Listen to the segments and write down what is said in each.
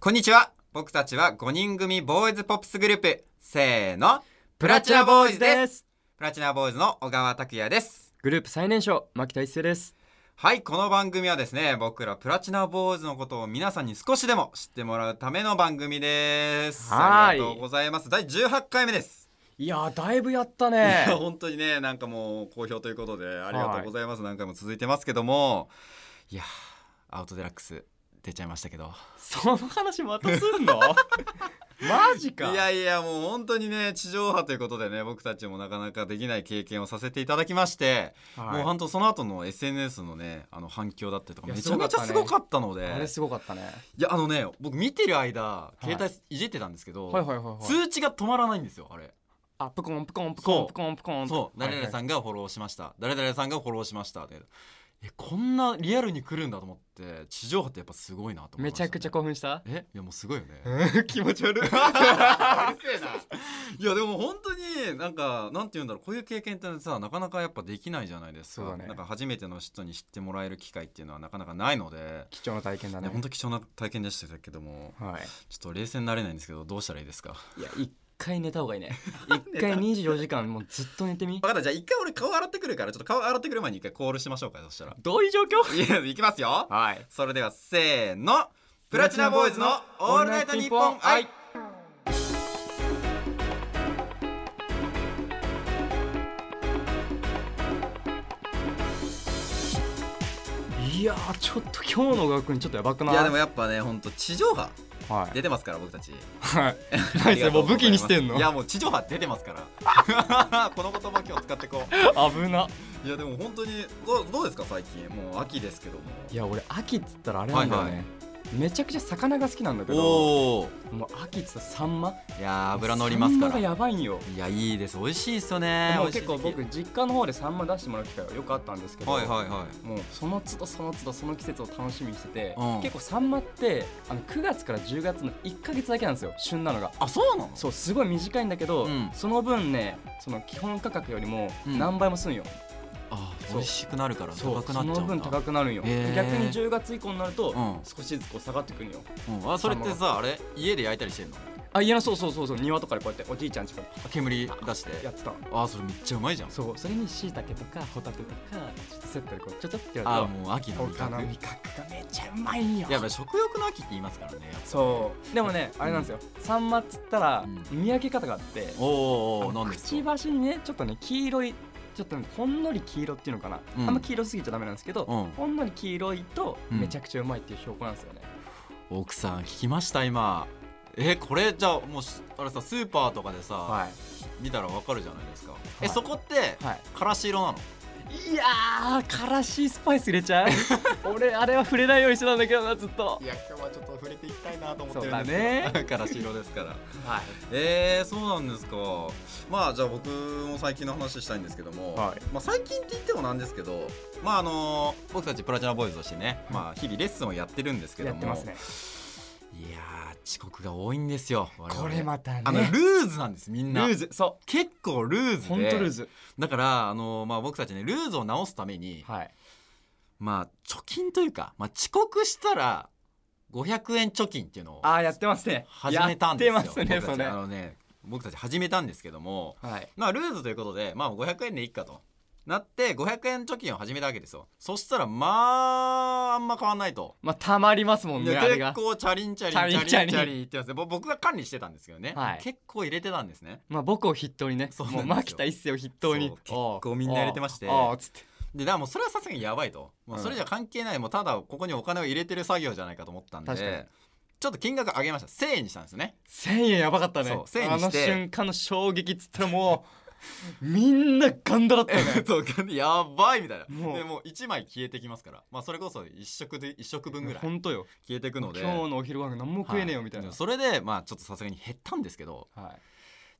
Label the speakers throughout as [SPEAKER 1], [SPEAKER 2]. [SPEAKER 1] こんにちは。僕たちは5人組ボーイズポップスグループ。せーの。プラチナボーイズです。
[SPEAKER 2] す
[SPEAKER 1] プラチナボーイズの小川拓也です。
[SPEAKER 2] グループ最年少牧田一成です
[SPEAKER 1] はい、この番組はですね、僕らプラチナボーイズのことを皆さんに少しでも知ってもらうための番組です。
[SPEAKER 2] はーい
[SPEAKER 1] ありがとうございます。第18回目です。
[SPEAKER 2] いやーだいぶやった
[SPEAKER 1] い
[SPEAKER 2] ね
[SPEAKER 1] や本当にねなんかもう好評ということでありがとうございます、何回も続いてますけどもいやーアウトデラックス出ちゃいましたけど
[SPEAKER 2] その話またす んのマジ
[SPEAKER 1] い
[SPEAKER 2] か
[SPEAKER 1] やいやもう本当にね地上波ということでね僕たちもなかなかできない経験をさせていただきまして、
[SPEAKER 2] はい
[SPEAKER 1] もう本当その後の SNS のねあの反響だったりとか
[SPEAKER 2] いや
[SPEAKER 1] めちゃめちゃす
[SPEAKER 2] す
[SPEAKER 1] ご
[SPEAKER 2] ご
[SPEAKER 1] か
[SPEAKER 2] か
[SPEAKER 1] ったので
[SPEAKER 2] あれすごかったね
[SPEAKER 1] いやあのね僕見てる間
[SPEAKER 2] い
[SPEAKER 1] 携帯いじってたんですけど、
[SPEAKER 2] はいはいはいはい
[SPEAKER 1] 通知が止まらないんですよあれ
[SPEAKER 2] あプコンプコンプコ
[SPEAKER 1] そう
[SPEAKER 2] ンプコンプコン
[SPEAKER 1] そう誰々さ
[SPEAKER 2] ん
[SPEAKER 1] んがフォローしました、誰々さんがフォローしましたでえこんなリアルに来るんだと思って地上波ってやっぱすごいなと思いま
[SPEAKER 2] め
[SPEAKER 1] し
[SPEAKER 2] ち
[SPEAKER 1] たね、
[SPEAKER 2] ゃくちゃ興奮した
[SPEAKER 1] えいやもうすごいよね
[SPEAKER 2] 気持ち悪 い
[SPEAKER 1] いやでも本当になんかなんて言うんだろうこういう経験ってさなかなかやっぱできないじゃないです
[SPEAKER 2] そう
[SPEAKER 1] か,、
[SPEAKER 2] だね
[SPEAKER 1] なんか初めての人に知ってもらえる機会っていうのはなかなかないので、
[SPEAKER 2] 貴重な体験だ
[SPEAKER 1] ね、
[SPEAKER 2] ね
[SPEAKER 1] 本当貴重な体験でしたけども
[SPEAKER 2] は
[SPEAKER 1] ちょっと冷静になれないんですけどどうしたらいい ですか
[SPEAKER 2] いいや一回寝た方がい いね一回24時間もうずっと寝て
[SPEAKER 1] 分
[SPEAKER 2] み
[SPEAKER 1] かったじゃあ一回俺顔洗ってくるからちょっと顔洗ってくる前に一回コールしましょうかそしたら
[SPEAKER 2] どういう状況
[SPEAKER 1] いやいきますよ
[SPEAKER 2] はい
[SPEAKER 1] そ れではせーのプラチナボーイズの「オールナイトニッポン愛」
[SPEAKER 2] いやーちょっと今日の小川君ちょっとやばくない
[SPEAKER 1] いやでもやっぱねほんと地上波
[SPEAKER 2] はい
[SPEAKER 1] 出てますから僕た ち
[SPEAKER 2] はい
[SPEAKER 1] あ
[SPEAKER 2] 何
[SPEAKER 1] り
[SPEAKER 2] それ
[SPEAKER 1] がと
[SPEAKER 2] も
[SPEAKER 1] う
[SPEAKER 2] う
[SPEAKER 1] ござ
[SPEAKER 2] 武
[SPEAKER 1] います
[SPEAKER 2] 器にしてんの
[SPEAKER 1] いやもう地上波出てます からこの言葉今日使ってこ
[SPEAKER 2] 危な
[SPEAKER 1] ういやでも本当にどうどうですか最近もう秋ですけども
[SPEAKER 2] いや俺秋っつったらあれなんだよね、
[SPEAKER 1] はいは
[SPEAKER 2] めちゃくちゃ魚が好きなんだけど
[SPEAKER 1] おお
[SPEAKER 2] もう秋っつったらサンマ
[SPEAKER 1] いや油乗りますから
[SPEAKER 2] サンマが
[SPEAKER 1] い
[SPEAKER 2] やばいんよ
[SPEAKER 1] やいいです美味しいですよね
[SPEAKER 2] もう
[SPEAKER 1] 美味し
[SPEAKER 2] 結
[SPEAKER 1] い
[SPEAKER 2] 構僕実家の方でサンマ出してもらう機会はよくあったんですけど、
[SPEAKER 1] はいはいは
[SPEAKER 2] もうその都度その都度その季節を楽しみにしてて、
[SPEAKER 1] うん
[SPEAKER 2] 結構サンマってあの9月から10月の1か月だけなんですよ旬なのが
[SPEAKER 1] あそうなの
[SPEAKER 2] そうすごい短いんだけど、
[SPEAKER 1] うん
[SPEAKER 2] その分ねその基本価格よりも
[SPEAKER 1] うん
[SPEAKER 2] 何倍もすんよ、
[SPEAKER 1] あ
[SPEAKER 2] そう
[SPEAKER 1] 美味しくなるから
[SPEAKER 2] そ
[SPEAKER 1] 高
[SPEAKER 2] う
[SPEAKER 1] くなっちゃう
[SPEAKER 2] そ
[SPEAKER 1] んだ
[SPEAKER 2] の分高くなるんよ、
[SPEAKER 1] へー
[SPEAKER 2] 逆に10月以降になると、
[SPEAKER 1] うん
[SPEAKER 2] 少しずつこう下がってくるんよ
[SPEAKER 1] うんあそれってさあれ家で焼いたりしてんの
[SPEAKER 2] あいやそうそうそうそう庭とかでこうやっておじいちゃんちから
[SPEAKER 1] あ煙出して
[SPEAKER 2] やってた
[SPEAKER 1] あーそれめっちゃうまいじゃん
[SPEAKER 2] そうそれにしいたけとかホタテとかちょっとセットでこうちょちょってやる
[SPEAKER 1] あー
[SPEAKER 2] と
[SPEAKER 1] もう秋の味
[SPEAKER 2] 他
[SPEAKER 1] 覚
[SPEAKER 2] の味覚がめちゃうまいんよ
[SPEAKER 1] いやっぱ食欲の秋って言いますからね
[SPEAKER 2] そうでもねあれなんですよサンマっつったら
[SPEAKER 1] う
[SPEAKER 2] 見分け方があって
[SPEAKER 1] おーおーおー
[SPEAKER 2] あの
[SPEAKER 1] なんです
[SPEAKER 2] くち
[SPEAKER 1] か
[SPEAKER 2] ばしにねちょっとね黄色いちょっとねほんのり黄色っていうのかな
[SPEAKER 1] うん
[SPEAKER 2] あんま黄色すぎちゃダメなんですけど
[SPEAKER 1] うん
[SPEAKER 2] ほんのり黄色いと
[SPEAKER 1] うん
[SPEAKER 2] めちゃくちゃうまいっていう証拠なんですよね
[SPEAKER 1] 奥さん聞きました今えこれじゃあもうすあれさスーパーとかでさ、
[SPEAKER 2] はい
[SPEAKER 1] 見たらわかるじゃないですか、
[SPEAKER 2] い
[SPEAKER 1] えそこって
[SPEAKER 2] はい
[SPEAKER 1] からし色なの
[SPEAKER 2] いやーからしスパイス入れ ちゃう俺あれは触れないようにしてたんだけどなずっと
[SPEAKER 1] いや今日はちょっと触れていきたいなと思
[SPEAKER 2] ってるんですけど
[SPEAKER 1] ね からし色ですからえー、そうなんですかまあじゃあ僕も最近の話したいんですけども、
[SPEAKER 2] はい
[SPEAKER 1] まあ、最近って言ってもなんですけどまああの僕たちプラチナボーイズとしてね、まあ、日々レッスンをやってるんですけども
[SPEAKER 2] やってますね
[SPEAKER 1] いやー遅刻が多いんですよ我々
[SPEAKER 2] これまたね
[SPEAKER 1] あのルーズなんですみん
[SPEAKER 2] ル
[SPEAKER 1] な
[SPEAKER 2] ーズそ
[SPEAKER 1] 結構ルーズ
[SPEAKER 2] う
[SPEAKER 1] で
[SPEAKER 2] 本当ルーズ
[SPEAKER 1] だから、あのまあ、僕たちねルーズを直すために、
[SPEAKER 2] はい
[SPEAKER 1] まあ、貯金というか、まあ、遅刻したら500円貯金っていうのを
[SPEAKER 2] あーやってますね
[SPEAKER 1] 始めたんですよ
[SPEAKER 2] やってます
[SPEAKER 1] 僕たち
[SPEAKER 2] ねそれ
[SPEAKER 1] あ
[SPEAKER 2] は
[SPEAKER 1] のね僕たち始めたんですけども、
[SPEAKER 2] い
[SPEAKER 1] まあ、ルーズということで、まあ、500円でいっかとなって500円貯金を始めたわけですよそしたらまああんま変わんないと。
[SPEAKER 2] まあたまりますもん
[SPEAKER 1] い
[SPEAKER 2] ね
[SPEAKER 1] や
[SPEAKER 2] あれ
[SPEAKER 1] 結
[SPEAKER 2] が
[SPEAKER 1] 構チャリンチャリンチャ
[SPEAKER 2] チャ
[SPEAKER 1] リン
[SPEAKER 2] リン
[SPEAKER 1] チ
[SPEAKER 2] チ
[SPEAKER 1] ャ
[SPEAKER 2] ャ
[SPEAKER 1] リ
[SPEAKER 2] リ
[SPEAKER 1] ン
[SPEAKER 2] ン
[SPEAKER 1] 言ってますねぼ僕が管理してたんですけどね、
[SPEAKER 2] はい
[SPEAKER 1] 結構入れてたんですね
[SPEAKER 2] まあ僕を筆頭にね
[SPEAKER 1] そうなんです
[SPEAKER 2] も
[SPEAKER 1] よ
[SPEAKER 2] う牧田一世を筆頭に
[SPEAKER 1] そう結構みんな入れてまして
[SPEAKER 2] あーあーつって
[SPEAKER 1] でだからもうそれはさすがにやばいともうそれじゃ関係ない、もうただここにお金を入れてる作業じゃないかと思ったん
[SPEAKER 2] 確かに
[SPEAKER 1] でちょっと金額上げました1000円にしたんですよね
[SPEAKER 2] 1000円やばかったね
[SPEAKER 1] そう1000円
[SPEAKER 2] あ
[SPEAKER 1] にし
[SPEAKER 2] の
[SPEAKER 1] て
[SPEAKER 2] 瞬間の衝撃っつったらもうみんなガンダラだったよ ね
[SPEAKER 1] そうかやばいみたいな
[SPEAKER 2] もう
[SPEAKER 1] でもう1枚消えてきますから、まあ、それこそ1食で一食分ぐらい消
[SPEAKER 2] 本当よ
[SPEAKER 1] えていくの
[SPEAKER 2] 今
[SPEAKER 1] で
[SPEAKER 2] 日のお昼ご飯何も食えねえよみたいな
[SPEAKER 1] はそれでまあちょっとさすがに減ったんですけど
[SPEAKER 2] は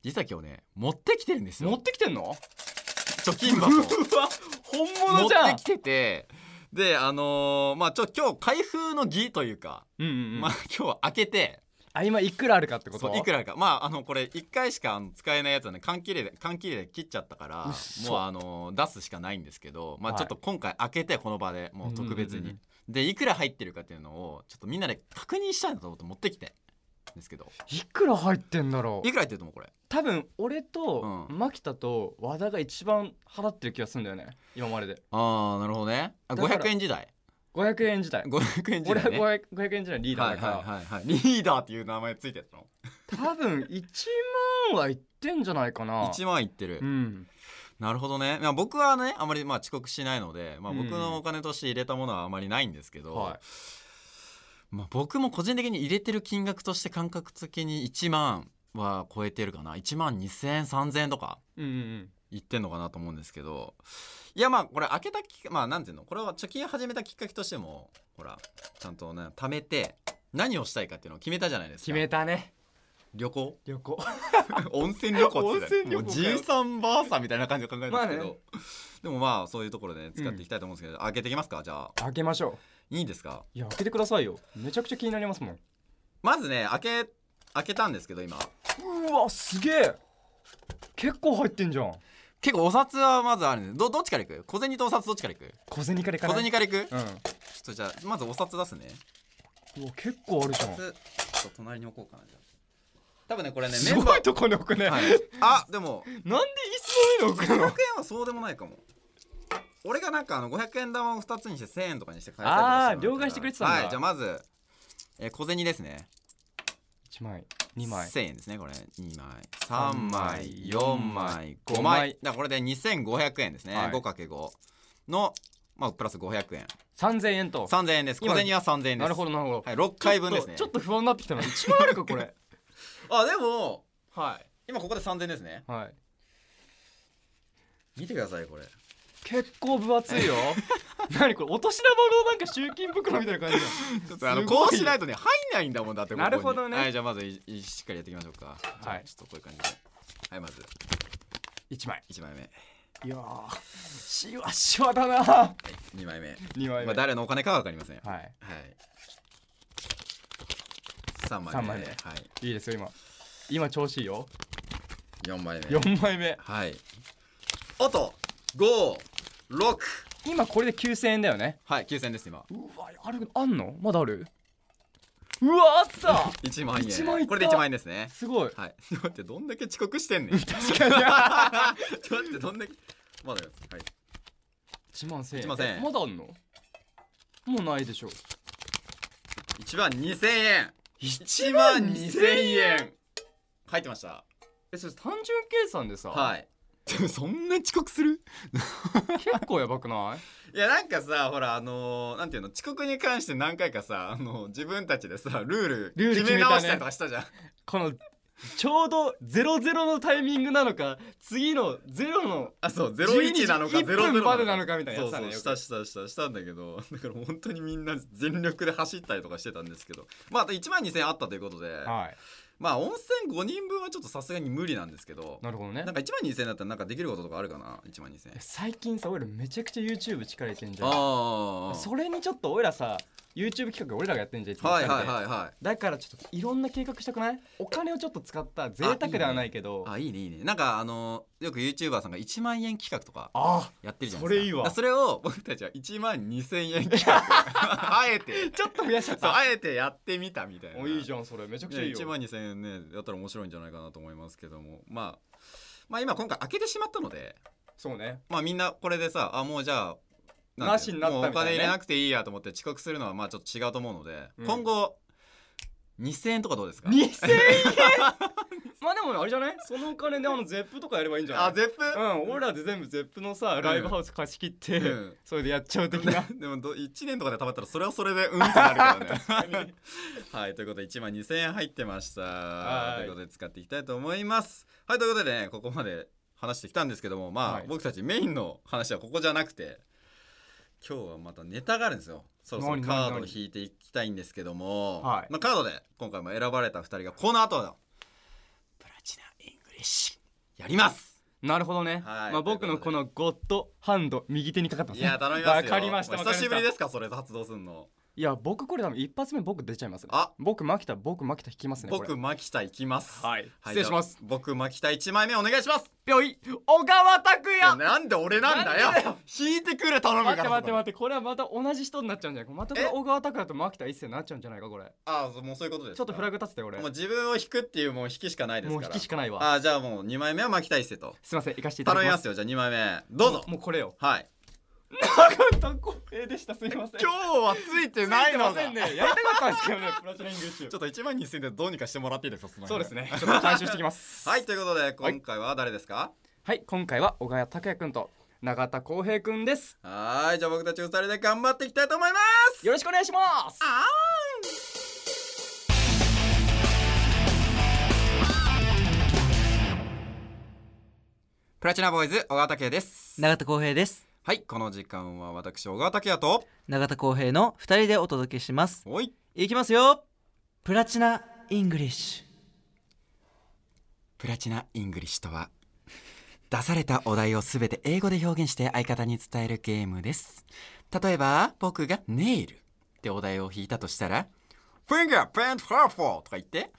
[SPEAKER 1] 実は今日ね持ってきてるんです
[SPEAKER 2] い持っ
[SPEAKER 1] よ
[SPEAKER 2] てきてんの
[SPEAKER 1] 貯金
[SPEAKER 2] う
[SPEAKER 1] 箱を
[SPEAKER 2] わ本
[SPEAKER 1] 持
[SPEAKER 2] 物
[SPEAKER 1] っ
[SPEAKER 2] じゃ
[SPEAKER 1] て
[SPEAKER 2] ん
[SPEAKER 1] きててであのーまあちょ今日開封の儀というか、
[SPEAKER 2] うんうんうん
[SPEAKER 1] まあ今日は開けて
[SPEAKER 2] あ今いくらあるかってこ
[SPEAKER 1] そ
[SPEAKER 2] と
[SPEAKER 1] ういくらかまああのこれ1回しかあの使えないやつはね缶切れで缶切れで切っちゃったから
[SPEAKER 2] うっそ
[SPEAKER 1] もうあの出すしかないんですけど、まあ、
[SPEAKER 2] はい
[SPEAKER 1] ちょっと今回開けてこの場でもう特別に、
[SPEAKER 2] うんうんうん
[SPEAKER 1] でいくら入ってるかっていうのをちょっとみんなで確認したいなと思って持ってきてですけど
[SPEAKER 2] いくら入ってんだろう
[SPEAKER 1] いくら入ってると思うこれ
[SPEAKER 2] 多分俺と
[SPEAKER 1] う
[SPEAKER 2] 牧田と和田が一番払ってる気がするんだよね今までで
[SPEAKER 1] ああなるほどねあ
[SPEAKER 2] だから
[SPEAKER 1] 500円時代
[SPEAKER 2] 500円時代
[SPEAKER 1] 500円時
[SPEAKER 2] 俺は
[SPEAKER 1] 代、ね、
[SPEAKER 2] 500 500円時代リーダーだから、
[SPEAKER 1] はいはいはいはい、リーダーっていう名前ついてたの
[SPEAKER 2] 多分1万はいってんじゃないかな
[SPEAKER 1] 1万いってる、
[SPEAKER 2] うん
[SPEAKER 1] なるほどね、まあ、僕はねあまりまあ遅刻しないので、まあ、
[SPEAKER 2] うん
[SPEAKER 1] 僕のお金として入れたものはあまりないんですけど、
[SPEAKER 2] はい
[SPEAKER 1] まあ、僕も個人的に入れてる金額として感覚的に1万は超えてるかな1万2,000円3,000円とか
[SPEAKER 2] うんうん
[SPEAKER 1] いってんのかなと思うんですけどいやまあこれ開けたきっかまあなんていうのこれは貯金始めたきっかけとしてもほらちゃんとね貯めて何をしたいかっていうのを決めたじゃないですか
[SPEAKER 2] 決めたね
[SPEAKER 1] 旅行
[SPEAKER 2] 旅行
[SPEAKER 1] 温泉旅行って言ってたよも
[SPEAKER 2] 温泉旅行
[SPEAKER 1] う
[SPEAKER 2] か
[SPEAKER 1] じ
[SPEAKER 2] よ
[SPEAKER 1] いさんばあさんみたいな感じで考えるんですけど、
[SPEAKER 2] まあね
[SPEAKER 1] でもまあそういうところで、ね、使っていきたいと思うんですけど、開けていきますかじゃあ
[SPEAKER 2] 開けましょ
[SPEAKER 1] いいんですか
[SPEAKER 2] ういや開けてくださいよめちゃくちゃ気になりますもん
[SPEAKER 1] まずね開け開けたんですけど今
[SPEAKER 2] うわすげえ結構入ってんじゃん
[SPEAKER 1] 結構お札はまずあるんですどどっちからいく小銭とお札どっちからいく
[SPEAKER 2] 小銭からいか
[SPEAKER 1] 小
[SPEAKER 2] ない
[SPEAKER 1] 銭からいく、ちょ
[SPEAKER 2] うん
[SPEAKER 1] っとじゃあまずお札出すね
[SPEAKER 2] うわ結構あるじゃ
[SPEAKER 1] お
[SPEAKER 2] ん
[SPEAKER 1] 札ちょっと隣に置こうかなじゃあ多分ねこれね
[SPEAKER 2] すごいとこに置くね、
[SPEAKER 1] メンバー、はい
[SPEAKER 2] なんで、
[SPEAKER 1] あでも
[SPEAKER 2] 椅子の上に置く
[SPEAKER 1] 500円
[SPEAKER 2] の
[SPEAKER 1] はそうでもないかも俺がなんかあの500円玉を2つにして1000円とかにして返
[SPEAKER 2] あー両替してくれてたんだ
[SPEAKER 1] はいじゃあまず、えー小銭ですね
[SPEAKER 2] 1枚2枚
[SPEAKER 1] 1000円ですねこれ2枚3
[SPEAKER 2] 三枚
[SPEAKER 1] 枚4枚5枚
[SPEAKER 2] 五枚
[SPEAKER 1] だからこれで2500円ですね、
[SPEAKER 2] はい
[SPEAKER 1] 5×5 のまあプラス500円
[SPEAKER 2] 3000円と
[SPEAKER 1] 3000円です小
[SPEAKER 2] 今
[SPEAKER 1] 銭は3000円です
[SPEAKER 2] なるほどなるほど、
[SPEAKER 1] はい、6回分ですね
[SPEAKER 2] ちょっとちょっと不安になってきたな一番あるか これ
[SPEAKER 1] あでも
[SPEAKER 2] は
[SPEAKER 1] 今ここで3000円ですね
[SPEAKER 2] いはい
[SPEAKER 1] 見てくださいこれ
[SPEAKER 2] 結構分厚いよ 何これお年玉のなんか集金袋みたいな感じだ
[SPEAKER 1] ちょっとあの
[SPEAKER 2] すごいよ
[SPEAKER 1] こうしないとね入んないんだもんだってここに
[SPEAKER 2] なるほどね
[SPEAKER 1] はいじゃあまずいいしっかりやっていきましょうか
[SPEAKER 2] はい
[SPEAKER 1] ちょっとこういう感じではいまず
[SPEAKER 2] 1枚
[SPEAKER 1] 1枚目、はい
[SPEAKER 2] いやーしわしわだな
[SPEAKER 1] 2枚目
[SPEAKER 2] 2枚
[SPEAKER 1] まあ
[SPEAKER 2] 目、
[SPEAKER 1] 誰のお金かは分かりませんはい、
[SPEAKER 2] はい
[SPEAKER 1] 3枚目
[SPEAKER 2] 三枚目
[SPEAKER 1] はい
[SPEAKER 2] いいですよ今今調子いいよ
[SPEAKER 1] 4枚目
[SPEAKER 2] 4枚目
[SPEAKER 1] はいおっと56
[SPEAKER 2] 今これで9000円だよね
[SPEAKER 1] はい9000です今
[SPEAKER 2] うわあるあんのまだあるうわあった
[SPEAKER 1] 1万円
[SPEAKER 2] 一万いった
[SPEAKER 1] これで1万円ですね
[SPEAKER 2] すごい
[SPEAKER 1] はい ちょっと待ってどんだけ遅刻してんねんちょっ
[SPEAKER 2] 確 かに
[SPEAKER 1] と待ってどんだけまだですはい
[SPEAKER 2] 1万1000円
[SPEAKER 1] 一万千円
[SPEAKER 2] まだあんのもうないでしょ
[SPEAKER 1] 1万2000円
[SPEAKER 2] 1
[SPEAKER 1] 2000円入ってました
[SPEAKER 2] えそれ単純計算でさ、
[SPEAKER 1] はいでもそんな遅刻する
[SPEAKER 2] 結構やばくない
[SPEAKER 1] いやなんかさほらあのーなんていうの遅刻に関して何回かさ、あのー自分たちでさルール
[SPEAKER 2] ルール
[SPEAKER 1] 決
[SPEAKER 2] 決
[SPEAKER 1] め
[SPEAKER 2] めた
[SPEAKER 1] 直し
[SPEAKER 2] ね
[SPEAKER 1] たりとかしたじゃん、
[SPEAKER 2] このちょうど00のタイミングなのか次の0の
[SPEAKER 1] あそう01なのか
[SPEAKER 2] 12
[SPEAKER 1] 00
[SPEAKER 2] 一分までなのかみたいな
[SPEAKER 1] そ
[SPEAKER 2] やつ
[SPEAKER 1] う
[SPEAKER 2] だ
[SPEAKER 1] そう
[SPEAKER 2] ね
[SPEAKER 1] したしたしたしたんだけど だから本当にみんな全力で走ったりとかしてたんですけどまああと1万2000円あったということで、
[SPEAKER 2] はい
[SPEAKER 1] まあ温泉5人分はちょっとさすがに無理なんですけど
[SPEAKER 2] なるほどね
[SPEAKER 1] なんか1万2000円だったらなんかできることとかあるかな1万2000円
[SPEAKER 2] 最近さ俺らめちゃくちゃ YouTube 力入れてんじゃ
[SPEAKER 1] あ
[SPEAKER 2] ん
[SPEAKER 1] あ
[SPEAKER 2] それにちょっと俺らさ YouTube 企画俺らがやってんじゃんいつも
[SPEAKER 1] はい
[SPEAKER 2] 二
[SPEAKER 1] は
[SPEAKER 2] 人
[SPEAKER 1] い
[SPEAKER 2] で
[SPEAKER 1] はいはい
[SPEAKER 2] だからちょっといろんな計画したくないお金をちょっと使った贅沢ではないけどあ
[SPEAKER 1] あいいねいいねなんかあのよく YouTuber さんが1万円企画とか
[SPEAKER 2] あ
[SPEAKER 1] やってるじゃないですか
[SPEAKER 2] それいいわ
[SPEAKER 1] だからそれを僕たちは1万2000円企画 あえて
[SPEAKER 2] ちょっと増やしちゃっ
[SPEAKER 1] そう
[SPEAKER 2] た
[SPEAKER 1] あえてやってみたみたいな
[SPEAKER 2] おいいじ
[SPEAKER 1] ゃん
[SPEAKER 2] ゃんそれめちゃくちゃいいよ
[SPEAKER 1] 1万2000円ねやったら面白いんじゃないかなと思いますけどもまあまあ今今回開けてしまったので
[SPEAKER 2] そうね
[SPEAKER 1] まあみんなこれでさあもうじゃあんていうの
[SPEAKER 2] なしになったみたいなね
[SPEAKER 1] もうお金入れなくていいやと思って遅刻するのはまあちょっと違うと思うので、
[SPEAKER 2] うん
[SPEAKER 1] 今後2000円とかどうですか
[SPEAKER 2] 2000円 まあでもあれじゃないそのお金であのゼップとかやればいいんじゃない
[SPEAKER 1] あ絶プ
[SPEAKER 2] うん俺らで全部ゼップのさライブハウス貸し切って、
[SPEAKER 1] うん
[SPEAKER 2] それでやっちゃう的な
[SPEAKER 1] でもど1年とかで貯まったらそれはそれでうんってなるか らね。 はいということで1万2000円入ってました。
[SPEAKER 2] はい
[SPEAKER 1] ということで使っていきたいと思います。はいということでねここまで話してきたんですけどもまあ、
[SPEAKER 2] はい
[SPEAKER 1] 僕たちメインの話はここじゃなくて今日はまたネタがあるんですよ。そろそろ
[SPEAKER 2] 何
[SPEAKER 1] カー
[SPEAKER 2] 何
[SPEAKER 1] ドを
[SPEAKER 2] 何
[SPEAKER 1] 引いていきたいんですけども、
[SPEAKER 2] はい
[SPEAKER 1] まあ、カードで今回も選ばれた2人がこの後のプラチナイングリッシュやります
[SPEAKER 2] なるほどね、
[SPEAKER 1] はい
[SPEAKER 2] まあ、僕のこのゴッドハンド右手にかかってます
[SPEAKER 1] い
[SPEAKER 2] ね
[SPEAKER 1] や頼みますよ
[SPEAKER 2] わかりました
[SPEAKER 1] お前久しぶりですすかそれ発動すんの
[SPEAKER 2] いや僕これ多分一発目僕出ちゃいますね
[SPEAKER 1] あ
[SPEAKER 2] 僕牧田僕牧田引きますねこれ
[SPEAKER 1] 僕牧田いきます、
[SPEAKER 2] はい
[SPEAKER 1] はい
[SPEAKER 2] 失礼します
[SPEAKER 1] じゃあ僕牧田1枚目お願いします
[SPEAKER 2] ぴょい小川拓
[SPEAKER 1] いや
[SPEAKER 2] 也
[SPEAKER 1] なんで俺なんだよ
[SPEAKER 2] なんでだよ
[SPEAKER 1] 引いてくれ頼む
[SPEAKER 2] 待
[SPEAKER 1] か
[SPEAKER 2] って
[SPEAKER 1] ら
[SPEAKER 2] 待って待
[SPEAKER 1] っ
[SPEAKER 2] ってこれはまた同じ人になっちゃうんじゃないかまたこ
[SPEAKER 1] え
[SPEAKER 2] れ小川拓也と牧田一世になっちゃうんじゃないかこれ
[SPEAKER 1] てああもうそういうことです
[SPEAKER 2] ちょっとフラ
[SPEAKER 1] グ
[SPEAKER 2] グ立ってたよ俺
[SPEAKER 1] もう
[SPEAKER 2] も
[SPEAKER 1] 自分を引くっていうもう引きしかないですか
[SPEAKER 2] う
[SPEAKER 1] ら
[SPEAKER 2] 引きしかないわ
[SPEAKER 1] ああじゃあもう2枚目は牧田一世と
[SPEAKER 2] すいません行かせていただ
[SPEAKER 1] 頼み
[SPEAKER 2] きま
[SPEAKER 1] ますすよじゃあ2枚目どうぞ
[SPEAKER 2] もうこれ よ
[SPEAKER 1] はい
[SPEAKER 2] 高田光栄でしたすいません
[SPEAKER 1] 今日はついてないの
[SPEAKER 2] すいませ
[SPEAKER 1] だ
[SPEAKER 2] んねやりたかったんですけどね プラチナイング一周
[SPEAKER 1] ちょっと1万2000でどうにかしてもらっていいですかその
[SPEAKER 2] そう
[SPEAKER 1] 辺
[SPEAKER 2] ですねちょっと回収してきます
[SPEAKER 1] はいということで今回は誰ですか
[SPEAKER 2] はい今回は小川拓也くんと永田光平くんです
[SPEAKER 1] はーいじゃあ僕たち2人で頑張っていきたいと思います
[SPEAKER 2] よろしくお願いします
[SPEAKER 1] あプラチナボーイズ小川武です
[SPEAKER 3] 永田浩平です
[SPEAKER 1] はいこの時間は私小川武也と
[SPEAKER 3] 永田浩平の2人でお届けします
[SPEAKER 1] おい
[SPEAKER 3] いきますよプラチナイングリッシ
[SPEAKER 1] プラチナ・イングリッシュとは出されたお題をすべて英語で表現して相方に伝えるゲームです例えば僕が「ネイル」ってお題を引いたとしたら「フィンガーペントハーフォー」とか言って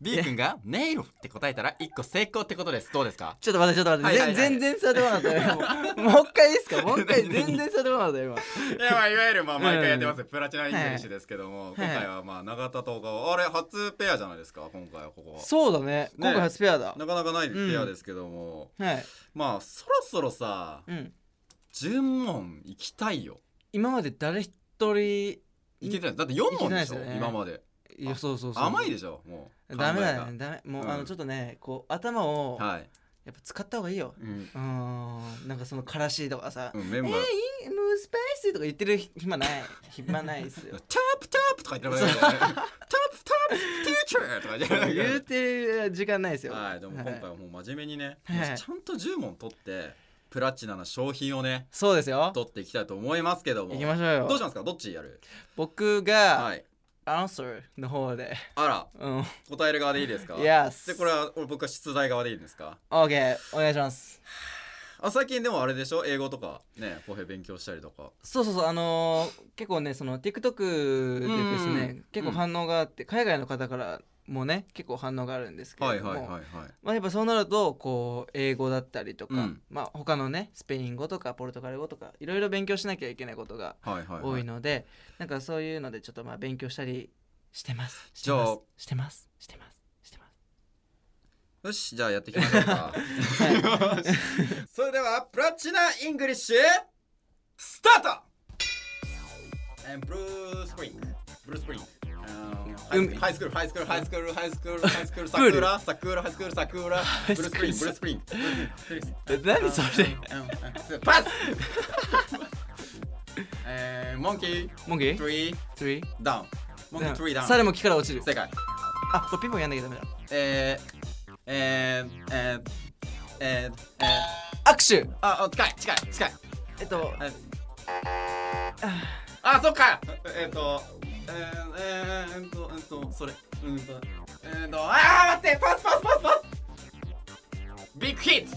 [SPEAKER 1] B 君が「ネイル」って答えたら1個成功ってことですどうですか
[SPEAKER 3] ュちょっと待ってちょっと待って、
[SPEAKER 1] はいはいはい
[SPEAKER 3] 全全然差でなかった 今もう一回いいですかもう一回全然差でなかった今
[SPEAKER 1] いやまあいわゆるまあ
[SPEAKER 3] 毎回やってます
[SPEAKER 1] プラチナ・イ
[SPEAKER 3] ングリッシュ
[SPEAKER 1] ですけども
[SPEAKER 3] 今回
[SPEAKER 1] はまあ永田とかあれ初ペアじゃないですか今回はここ
[SPEAKER 3] そうだね今回初ペアだ、
[SPEAKER 1] かなかない
[SPEAKER 3] ペアです
[SPEAKER 1] けども、
[SPEAKER 3] はい、
[SPEAKER 1] まあそろそろさ
[SPEAKER 3] うん、
[SPEAKER 1] 順問行きたいよ
[SPEAKER 3] 今まで誰一人
[SPEAKER 1] いけてないだって4問でしょ
[SPEAKER 3] いけてないですよね
[SPEAKER 1] 今まで
[SPEAKER 3] いやそうそうそう
[SPEAKER 1] 甘いでしょもう
[SPEAKER 3] ダメ
[SPEAKER 1] 考
[SPEAKER 3] だ
[SPEAKER 1] え
[SPEAKER 3] ねダメもう、
[SPEAKER 1] うん
[SPEAKER 3] あのちょっとねこう頭を
[SPEAKER 1] がはい、
[SPEAKER 3] やっぱ使った方がいいよ
[SPEAKER 1] うん
[SPEAKER 3] うーんなんかそのからしとかさ、
[SPEAKER 1] うん、メンバ
[SPEAKER 3] えー、
[SPEAKER 1] ー、
[SPEAKER 3] いいもうスパイスとか言ってる 暇ない暇ないっすよ
[SPEAKER 1] タップタップとか言ってなかったよねタップタップティーチャーとか言ってなかったよ
[SPEAKER 3] 言う
[SPEAKER 1] ね
[SPEAKER 3] てる時間ないですよ。
[SPEAKER 1] はいでも今回はもう真面目にね、
[SPEAKER 3] はい
[SPEAKER 1] もうちゃんと10問取ってプラチナな商品をね
[SPEAKER 3] そうですよ。
[SPEAKER 1] 取っていきたいと思いますけども
[SPEAKER 3] 行きましょうよ。
[SPEAKER 1] どうしますかどっちやる
[SPEAKER 3] 僕が、
[SPEAKER 1] はい
[SPEAKER 3] アンサーの方で。
[SPEAKER 1] あら
[SPEAKER 3] うん。
[SPEAKER 1] 答える側でいいですか
[SPEAKER 3] Yes
[SPEAKER 1] でこれは俺僕は出題側でいいんですか
[SPEAKER 3] OK。お願いします。
[SPEAKER 1] あ最近でもあれでしょ英語とかね公平勉強したりとか
[SPEAKER 3] そうそうそう。あのー結構ね、その TikTok でです
[SPEAKER 1] うんう
[SPEAKER 3] ね
[SPEAKER 1] ん、
[SPEAKER 3] 結構反応があって、海外の方からもね、結構反応があるんですけ
[SPEAKER 1] は
[SPEAKER 3] れ
[SPEAKER 1] い
[SPEAKER 3] ども。
[SPEAKER 1] はいはいはい
[SPEAKER 3] まあやっぱそうなるとこう英語だったりとか、
[SPEAKER 1] うん
[SPEAKER 3] まあ他のねスペイン語とかポルトガル語とかいろいろ勉強しなきゃいけないことが
[SPEAKER 1] はいはい、はい、
[SPEAKER 3] 多いので、なんかそういうのでちょっとまあ勉強したりしてます。して
[SPEAKER 1] じゃあ
[SPEAKER 3] ますしてます。してます。してます。
[SPEAKER 1] よし、じゃあやっていきましょうか。よし それでは、プラチナ・イングリッシュ、スタート And ブルースプリング、ブルースプリング。
[SPEAKER 3] 海
[SPEAKER 1] ハイスクール、ハイスクール、ハイスクール、ハイスクール、ハイスクール、
[SPEAKER 3] プ
[SPEAKER 1] サ
[SPEAKER 3] ール
[SPEAKER 1] クラ、サクラ、ハイスクール、サクラ、ブルースプリング、ブルースプリングブルースプリング。
[SPEAKER 3] え何それ
[SPEAKER 1] うん パスえー、モンキー、
[SPEAKER 3] モンキー
[SPEAKER 1] three
[SPEAKER 3] ?3?
[SPEAKER 1] down。モンキー、three
[SPEAKER 3] さ
[SPEAKER 1] down。
[SPEAKER 3] でも木から落ちる
[SPEAKER 1] 正解。
[SPEAKER 3] あこれピンポンやんなきゃダメだ
[SPEAKER 1] えー、えー、えー、えー、えー、
[SPEAKER 3] 握手
[SPEAKER 1] あ、あ近い近い近い。
[SPEAKER 3] えっと
[SPEAKER 1] はいあ、そっか。えっと、えー、えー、えーっと、えーっと、それ。うんと、えーっと、あー待って、パスパスパスパス。ビッグヒット。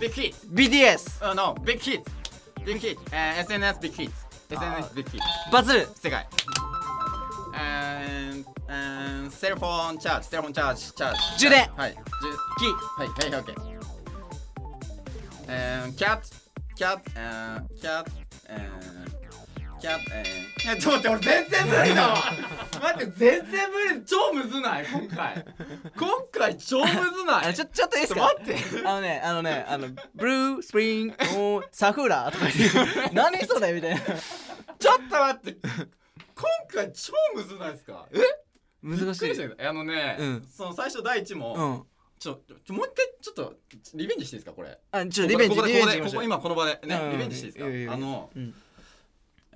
[SPEAKER 1] ビッグヒット。
[SPEAKER 3] BTS
[SPEAKER 1] あ、no、ビッグヒット。ビッグヒット。えー SNS ビッグヒット。
[SPEAKER 3] あー
[SPEAKER 1] SNS ビッグヒット。
[SPEAKER 3] バズる
[SPEAKER 1] 世界。And, and セルフォンチャージ、セルフォンチャージ、チャージ。
[SPEAKER 3] 充電
[SPEAKER 1] はい。充キー。はい、はい、オッケー。And cat, cat, and cat, and cat, and え、ちょっと待って、俺全然無理だ わ待って、全然無理超むずない今回。今回超むずな
[SPEAKER 3] あ
[SPEAKER 1] い
[SPEAKER 3] ちょちょっといいです
[SPEAKER 1] ち
[SPEAKER 3] か
[SPEAKER 1] ょっと待って。
[SPEAKER 3] あのねあのねあのブルースプリングおーサフラーとか言って何それみたいな
[SPEAKER 1] ちょっと待って。今回超むずないですかえび
[SPEAKER 3] 難
[SPEAKER 1] っ
[SPEAKER 3] し
[SPEAKER 1] くり
[SPEAKER 3] い
[SPEAKER 1] したけどあのね、
[SPEAKER 3] うん
[SPEAKER 1] その最初第一問、
[SPEAKER 3] うん
[SPEAKER 1] ちょ、ちょもう一回ちょっとリベンジしていいですかこれ。
[SPEAKER 3] あちょっとリベンジ
[SPEAKER 1] ここ
[SPEAKER 3] リ
[SPEAKER 1] で
[SPEAKER 3] ベ
[SPEAKER 1] こ
[SPEAKER 3] ン
[SPEAKER 1] こ
[SPEAKER 3] ジ
[SPEAKER 1] でここ今この場でね、
[SPEAKER 3] うん
[SPEAKER 1] リベンジしていいですか。
[SPEAKER 3] いいよいいよ
[SPEAKER 1] あの
[SPEAKER 3] うん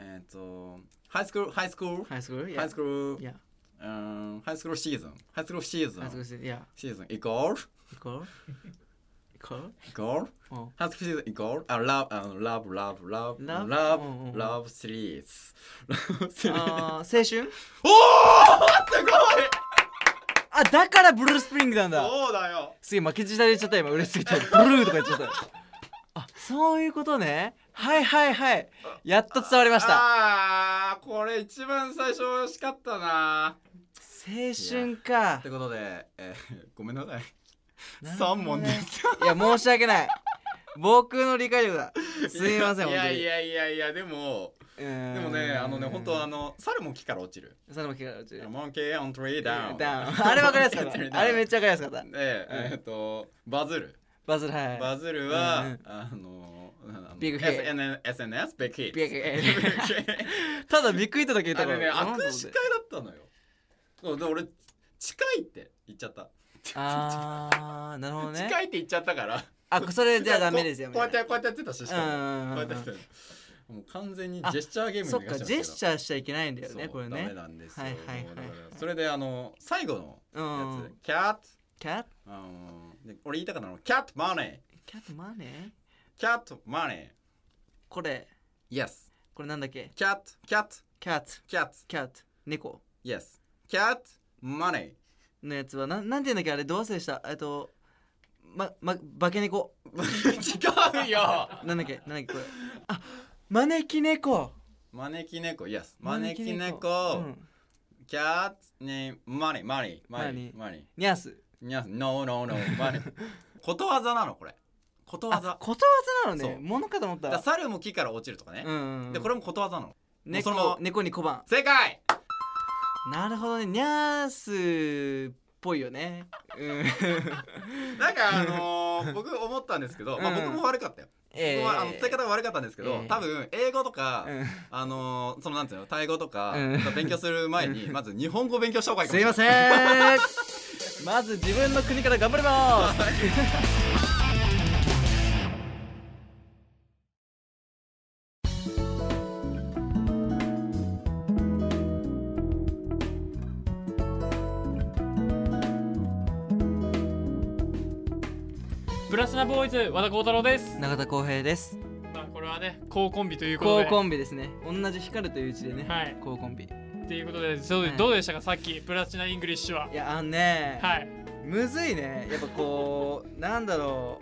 [SPEAKER 1] えっ、とハイスクールハイスクール
[SPEAKER 3] ハイスクール
[SPEAKER 1] ハイスクー
[SPEAKER 3] い
[SPEAKER 1] ル
[SPEAKER 3] や
[SPEAKER 1] うんハイスクールシーズンハイスクールシーズ
[SPEAKER 3] ハイスクー
[SPEAKER 1] ン
[SPEAKER 3] ルいや
[SPEAKER 1] シーズンイコール
[SPEAKER 3] 行こう行こう
[SPEAKER 1] イコール
[SPEAKER 3] うん
[SPEAKER 1] ハイスクールシーズンイコールあラブあのラブラブラブラ
[SPEAKER 3] Love？
[SPEAKER 1] ブ
[SPEAKER 3] うんうんうん
[SPEAKER 1] ラブシリーズ ラブシリーズ
[SPEAKER 3] あー青春
[SPEAKER 1] おお すごい
[SPEAKER 3] あだからブルースプリングなんだ
[SPEAKER 1] そうだよ
[SPEAKER 3] すげえ負けじられちゃった今嬉しすぎてブルーとか言っちゃったあそういうことねはいはいはいやっと伝わりました
[SPEAKER 1] あーこれ一番最初惜しかったな
[SPEAKER 3] 青春か
[SPEAKER 1] ってことで、えーごめんなさい
[SPEAKER 3] なるほど
[SPEAKER 1] 3
[SPEAKER 3] ね
[SPEAKER 1] 問ですよ
[SPEAKER 3] いや申し訳ない僕の理解力だすみませ
[SPEAKER 1] い
[SPEAKER 3] ん本
[SPEAKER 1] や
[SPEAKER 3] 当
[SPEAKER 1] い
[SPEAKER 3] に
[SPEAKER 1] やいやいやでもで
[SPEAKER 3] で
[SPEAKER 1] もねあのね本当あの猿も木から落ちる
[SPEAKER 3] それも聞かれて
[SPEAKER 1] Monkey on tree
[SPEAKER 3] ダ
[SPEAKER 1] down
[SPEAKER 3] ウンあれ分かりやすかっ
[SPEAKER 1] Tree
[SPEAKER 3] た
[SPEAKER 1] down
[SPEAKER 3] あれめっちゃ分かりやすかった
[SPEAKER 1] でえっとバズる
[SPEAKER 3] バズるはい
[SPEAKER 1] バズるは
[SPEAKER 3] うんうん
[SPEAKER 1] あのあの
[SPEAKER 3] ビッグヒット
[SPEAKER 1] SN SNS ビッグヒット
[SPEAKER 3] ビッグヒット
[SPEAKER 1] ビッグヒット
[SPEAKER 3] ただびっくりとだけ言った
[SPEAKER 1] あ
[SPEAKER 3] か
[SPEAKER 1] れ
[SPEAKER 3] ら
[SPEAKER 1] ね
[SPEAKER 3] なん
[SPEAKER 1] 握
[SPEAKER 3] だろう
[SPEAKER 1] 手会
[SPEAKER 3] ね
[SPEAKER 1] だったのよそうで俺近いって言っちゃった
[SPEAKER 3] あーなるほど ね
[SPEAKER 1] 近いって言っちゃったから
[SPEAKER 3] あ それじゃあダメですよ
[SPEAKER 1] こ
[SPEAKER 3] み
[SPEAKER 1] う
[SPEAKER 3] た
[SPEAKER 1] や
[SPEAKER 3] い
[SPEAKER 1] ってこうやっ
[SPEAKER 3] な
[SPEAKER 1] てやってたししかもこうやってやってた
[SPEAKER 3] う
[SPEAKER 1] のもう完全にジェスチャーゲー
[SPEAKER 3] ん
[SPEAKER 1] ム
[SPEAKER 3] そっ
[SPEAKER 1] になっち
[SPEAKER 3] か
[SPEAKER 1] ゃ
[SPEAKER 3] ジェスチ
[SPEAKER 1] ャ
[SPEAKER 3] ャーしちゃいけないんだよねこれ
[SPEAKER 1] ダメ
[SPEAKER 3] ね
[SPEAKER 1] なんですよ
[SPEAKER 3] はいはいはい
[SPEAKER 1] もうだからそれであの最後の
[SPEAKER 3] う
[SPEAKER 1] や
[SPEAKER 3] ん
[SPEAKER 1] つキャット
[SPEAKER 3] キャット
[SPEAKER 1] あので俺言いたかったのキャットマネー
[SPEAKER 3] キャットマネー
[SPEAKER 1] キャットマネ
[SPEAKER 3] これ
[SPEAKER 1] ー Yes
[SPEAKER 3] これなんだっけ
[SPEAKER 1] キャットキャット
[SPEAKER 3] キャット
[SPEAKER 1] キャット
[SPEAKER 3] キャット猫
[SPEAKER 1] Yes キャットマネ
[SPEAKER 3] のやつはなんなんて言うんだっけあれどうせでしたえっとまま化け猫
[SPEAKER 1] ー違うよ
[SPEAKER 3] なんだっけなんだっけこれあ招き猫
[SPEAKER 1] 招き猫 Yes 招き
[SPEAKER 3] う
[SPEAKER 1] 猫
[SPEAKER 3] ん
[SPEAKER 1] キャットネームマネーマネーマネー
[SPEAKER 3] Money
[SPEAKER 1] マネー
[SPEAKER 3] ニャース
[SPEAKER 1] いや、ノーノーノー、まあね、ことわざなのこれ。ことわ
[SPEAKER 3] あ
[SPEAKER 1] ざ。
[SPEAKER 3] ことわざなの
[SPEAKER 1] そ
[SPEAKER 3] ね
[SPEAKER 1] う
[SPEAKER 3] ものかと思っ
[SPEAKER 1] だ
[SPEAKER 3] た
[SPEAKER 1] から猿も木から落ちるとかね
[SPEAKER 3] う。んうん
[SPEAKER 1] で、これもことわざなの。そ
[SPEAKER 3] 猫
[SPEAKER 1] の
[SPEAKER 3] 猫に小判
[SPEAKER 1] 正解
[SPEAKER 3] なるほどねニャースっぽいよねうん
[SPEAKER 1] なんかあの ー僕思ったんですけど、まあ
[SPEAKER 3] うん
[SPEAKER 1] 僕も悪かったよ。
[SPEAKER 3] え
[SPEAKER 1] 僕はあの伝え
[SPEAKER 3] え
[SPEAKER 1] 方が悪かったんですけど
[SPEAKER 3] え、え
[SPEAKER 1] 多分英語とか、
[SPEAKER 3] うん
[SPEAKER 1] あのーそのなんていうの、タイ語とか
[SPEAKER 3] うん
[SPEAKER 1] 勉強する前 に、まず日本語勉強した方がいいかも
[SPEAKER 3] す
[SPEAKER 1] し
[SPEAKER 3] い
[SPEAKER 1] れな
[SPEAKER 3] ま
[SPEAKER 1] い。
[SPEAKER 3] せん まず自分の国から頑張ります
[SPEAKER 4] ブラスナボーイズ和田幸太郎です、
[SPEAKER 3] 中田浩平です
[SPEAKER 4] まあ、これはね高コンビということ
[SPEAKER 3] 高
[SPEAKER 4] で
[SPEAKER 3] コンビですね同じ光るという字でね、
[SPEAKER 4] はい
[SPEAKER 3] 高コンビい
[SPEAKER 4] っていうことでそう
[SPEAKER 3] はい
[SPEAKER 4] どうでしたかさっきプラチナイングリッシュは
[SPEAKER 3] やあのね、
[SPEAKER 4] はい
[SPEAKER 3] むずいねやっぱこうなんだろ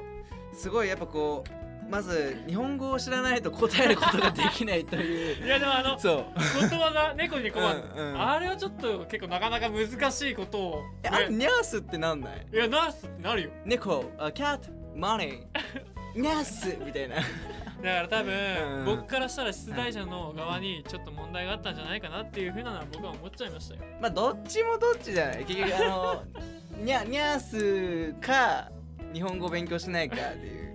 [SPEAKER 3] うすごいやっぱこうまず日本語を知らないと答えることができないという
[SPEAKER 4] いやでもあ の
[SPEAKER 3] そう
[SPEAKER 4] ことわざ猫に小判、
[SPEAKER 3] うんうん
[SPEAKER 4] あれはちょっと結構なかなか難しいことを、
[SPEAKER 3] えあれ
[SPEAKER 4] ね
[SPEAKER 3] ニャースってなんない
[SPEAKER 4] いやナースってなるよ
[SPEAKER 3] 猫あキャットマ ネーニャースみたいな
[SPEAKER 4] だから多分、
[SPEAKER 3] うん
[SPEAKER 4] 僕からしたら出題者の側にちょっと問題があったんじゃないかなっていうふうなのは僕は思っちゃいましたよ
[SPEAKER 3] まあどっちもどっちじゃない結局あのニャニャースか日本語勉強しないかっていう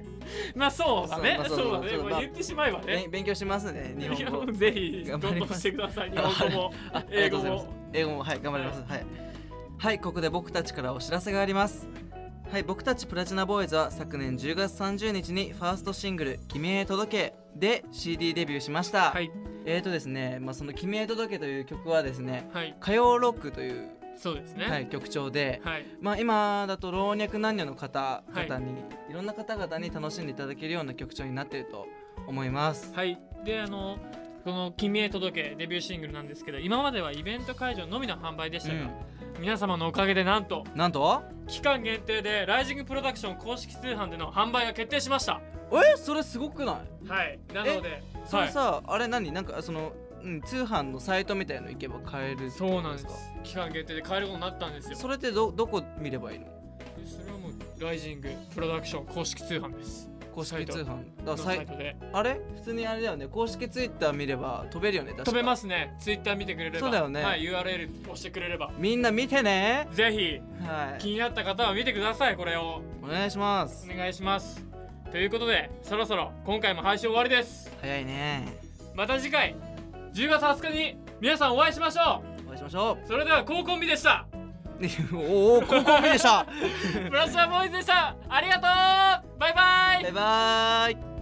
[SPEAKER 4] まあそうだ
[SPEAKER 3] そう
[SPEAKER 4] ね
[SPEAKER 3] まあ
[SPEAKER 4] そ
[SPEAKER 3] そううそう
[SPEAKER 4] だね、
[SPEAKER 3] そう
[SPEAKER 4] ま
[SPEAKER 3] ま
[SPEAKER 4] あ、
[SPEAKER 3] あ
[SPEAKER 4] 言ってしまえば
[SPEAKER 3] べ
[SPEAKER 4] ね
[SPEAKER 3] ん勉強しますね日
[SPEAKER 4] いや
[SPEAKER 3] 本語
[SPEAKER 4] ぜひど
[SPEAKER 3] 頑
[SPEAKER 4] ん
[SPEAKER 3] 張り
[SPEAKER 4] どん
[SPEAKER 3] ます
[SPEAKER 4] してください 日
[SPEAKER 3] あ
[SPEAKER 4] 本語も
[SPEAKER 3] ああり
[SPEAKER 4] 英
[SPEAKER 3] がと
[SPEAKER 4] 語
[SPEAKER 3] うございま
[SPEAKER 4] も
[SPEAKER 3] す。英語もはい頑張ります。はい。はいここで僕たちからお知らせがあります。はい僕たちプラチナボーイズは昨年10月30日にファーストシングル「君へ届け」で CD デビューしました。
[SPEAKER 4] はい
[SPEAKER 3] えーとですね、まあその「君へ届け」という曲はですね、
[SPEAKER 4] はい
[SPEAKER 3] 歌謡ロックという、
[SPEAKER 4] そうですね
[SPEAKER 3] はい、曲調で。
[SPEAKER 4] はい
[SPEAKER 3] まあ、今だと老若男女の方
[SPEAKER 4] はい
[SPEAKER 3] 々に、い、ろんな方々に楽しんでいただけるような曲調になっていると思います。
[SPEAKER 4] はい、であのこの「君へ届け」デビューシングルなんですけど今まではイベント会場のみの販売でしたが、皆様のおかげでなんと
[SPEAKER 3] うん、なんと
[SPEAKER 4] 期間限定でライジングプロダクション公式通販での販売が決定しました
[SPEAKER 3] えそれすごくない
[SPEAKER 4] はいなので
[SPEAKER 3] そ
[SPEAKER 4] は
[SPEAKER 3] れ
[SPEAKER 4] い、
[SPEAKER 3] さ、あれ何なんかその、うん、通販のサイトみたいの行けば買えるってこ
[SPEAKER 4] そう
[SPEAKER 3] と
[SPEAKER 4] なんです期間限定で買えることになったんですよ
[SPEAKER 3] それってどどこ見ればいいの
[SPEAKER 4] でそれはもうライジングプロダクション公式通販です
[SPEAKER 3] 公
[SPEAKER 4] サイ
[SPEAKER 3] 式
[SPEAKER 4] ト
[SPEAKER 3] 通販だ
[SPEAKER 4] の
[SPEAKER 3] からサ
[SPEAKER 4] サ
[SPEAKER 3] イ
[SPEAKER 4] イトで
[SPEAKER 3] あれ普通にあれだよね公式ツイッター見れば飛べるよね確か
[SPEAKER 4] 飛べますすねツイッター見てくれれば
[SPEAKER 3] そうだよね
[SPEAKER 4] はい、URL 押してくれれば
[SPEAKER 3] みんな見てね
[SPEAKER 4] ぜひ
[SPEAKER 3] は
[SPEAKER 4] 気
[SPEAKER 3] い
[SPEAKER 4] になった方は見てくださいこれを
[SPEAKER 3] お願いします
[SPEAKER 4] お願いしますということでそろそろ今回も配信終わりです
[SPEAKER 3] 早いね
[SPEAKER 4] また次回10月20日に皆さんお会いしましょ
[SPEAKER 3] お会いしましょ
[SPEAKER 4] うそれでは高コンビでした
[SPEAKER 3] う おお高校見でした
[SPEAKER 4] プラスワボーイズでしたありがとうバイバイ
[SPEAKER 3] バイバーイ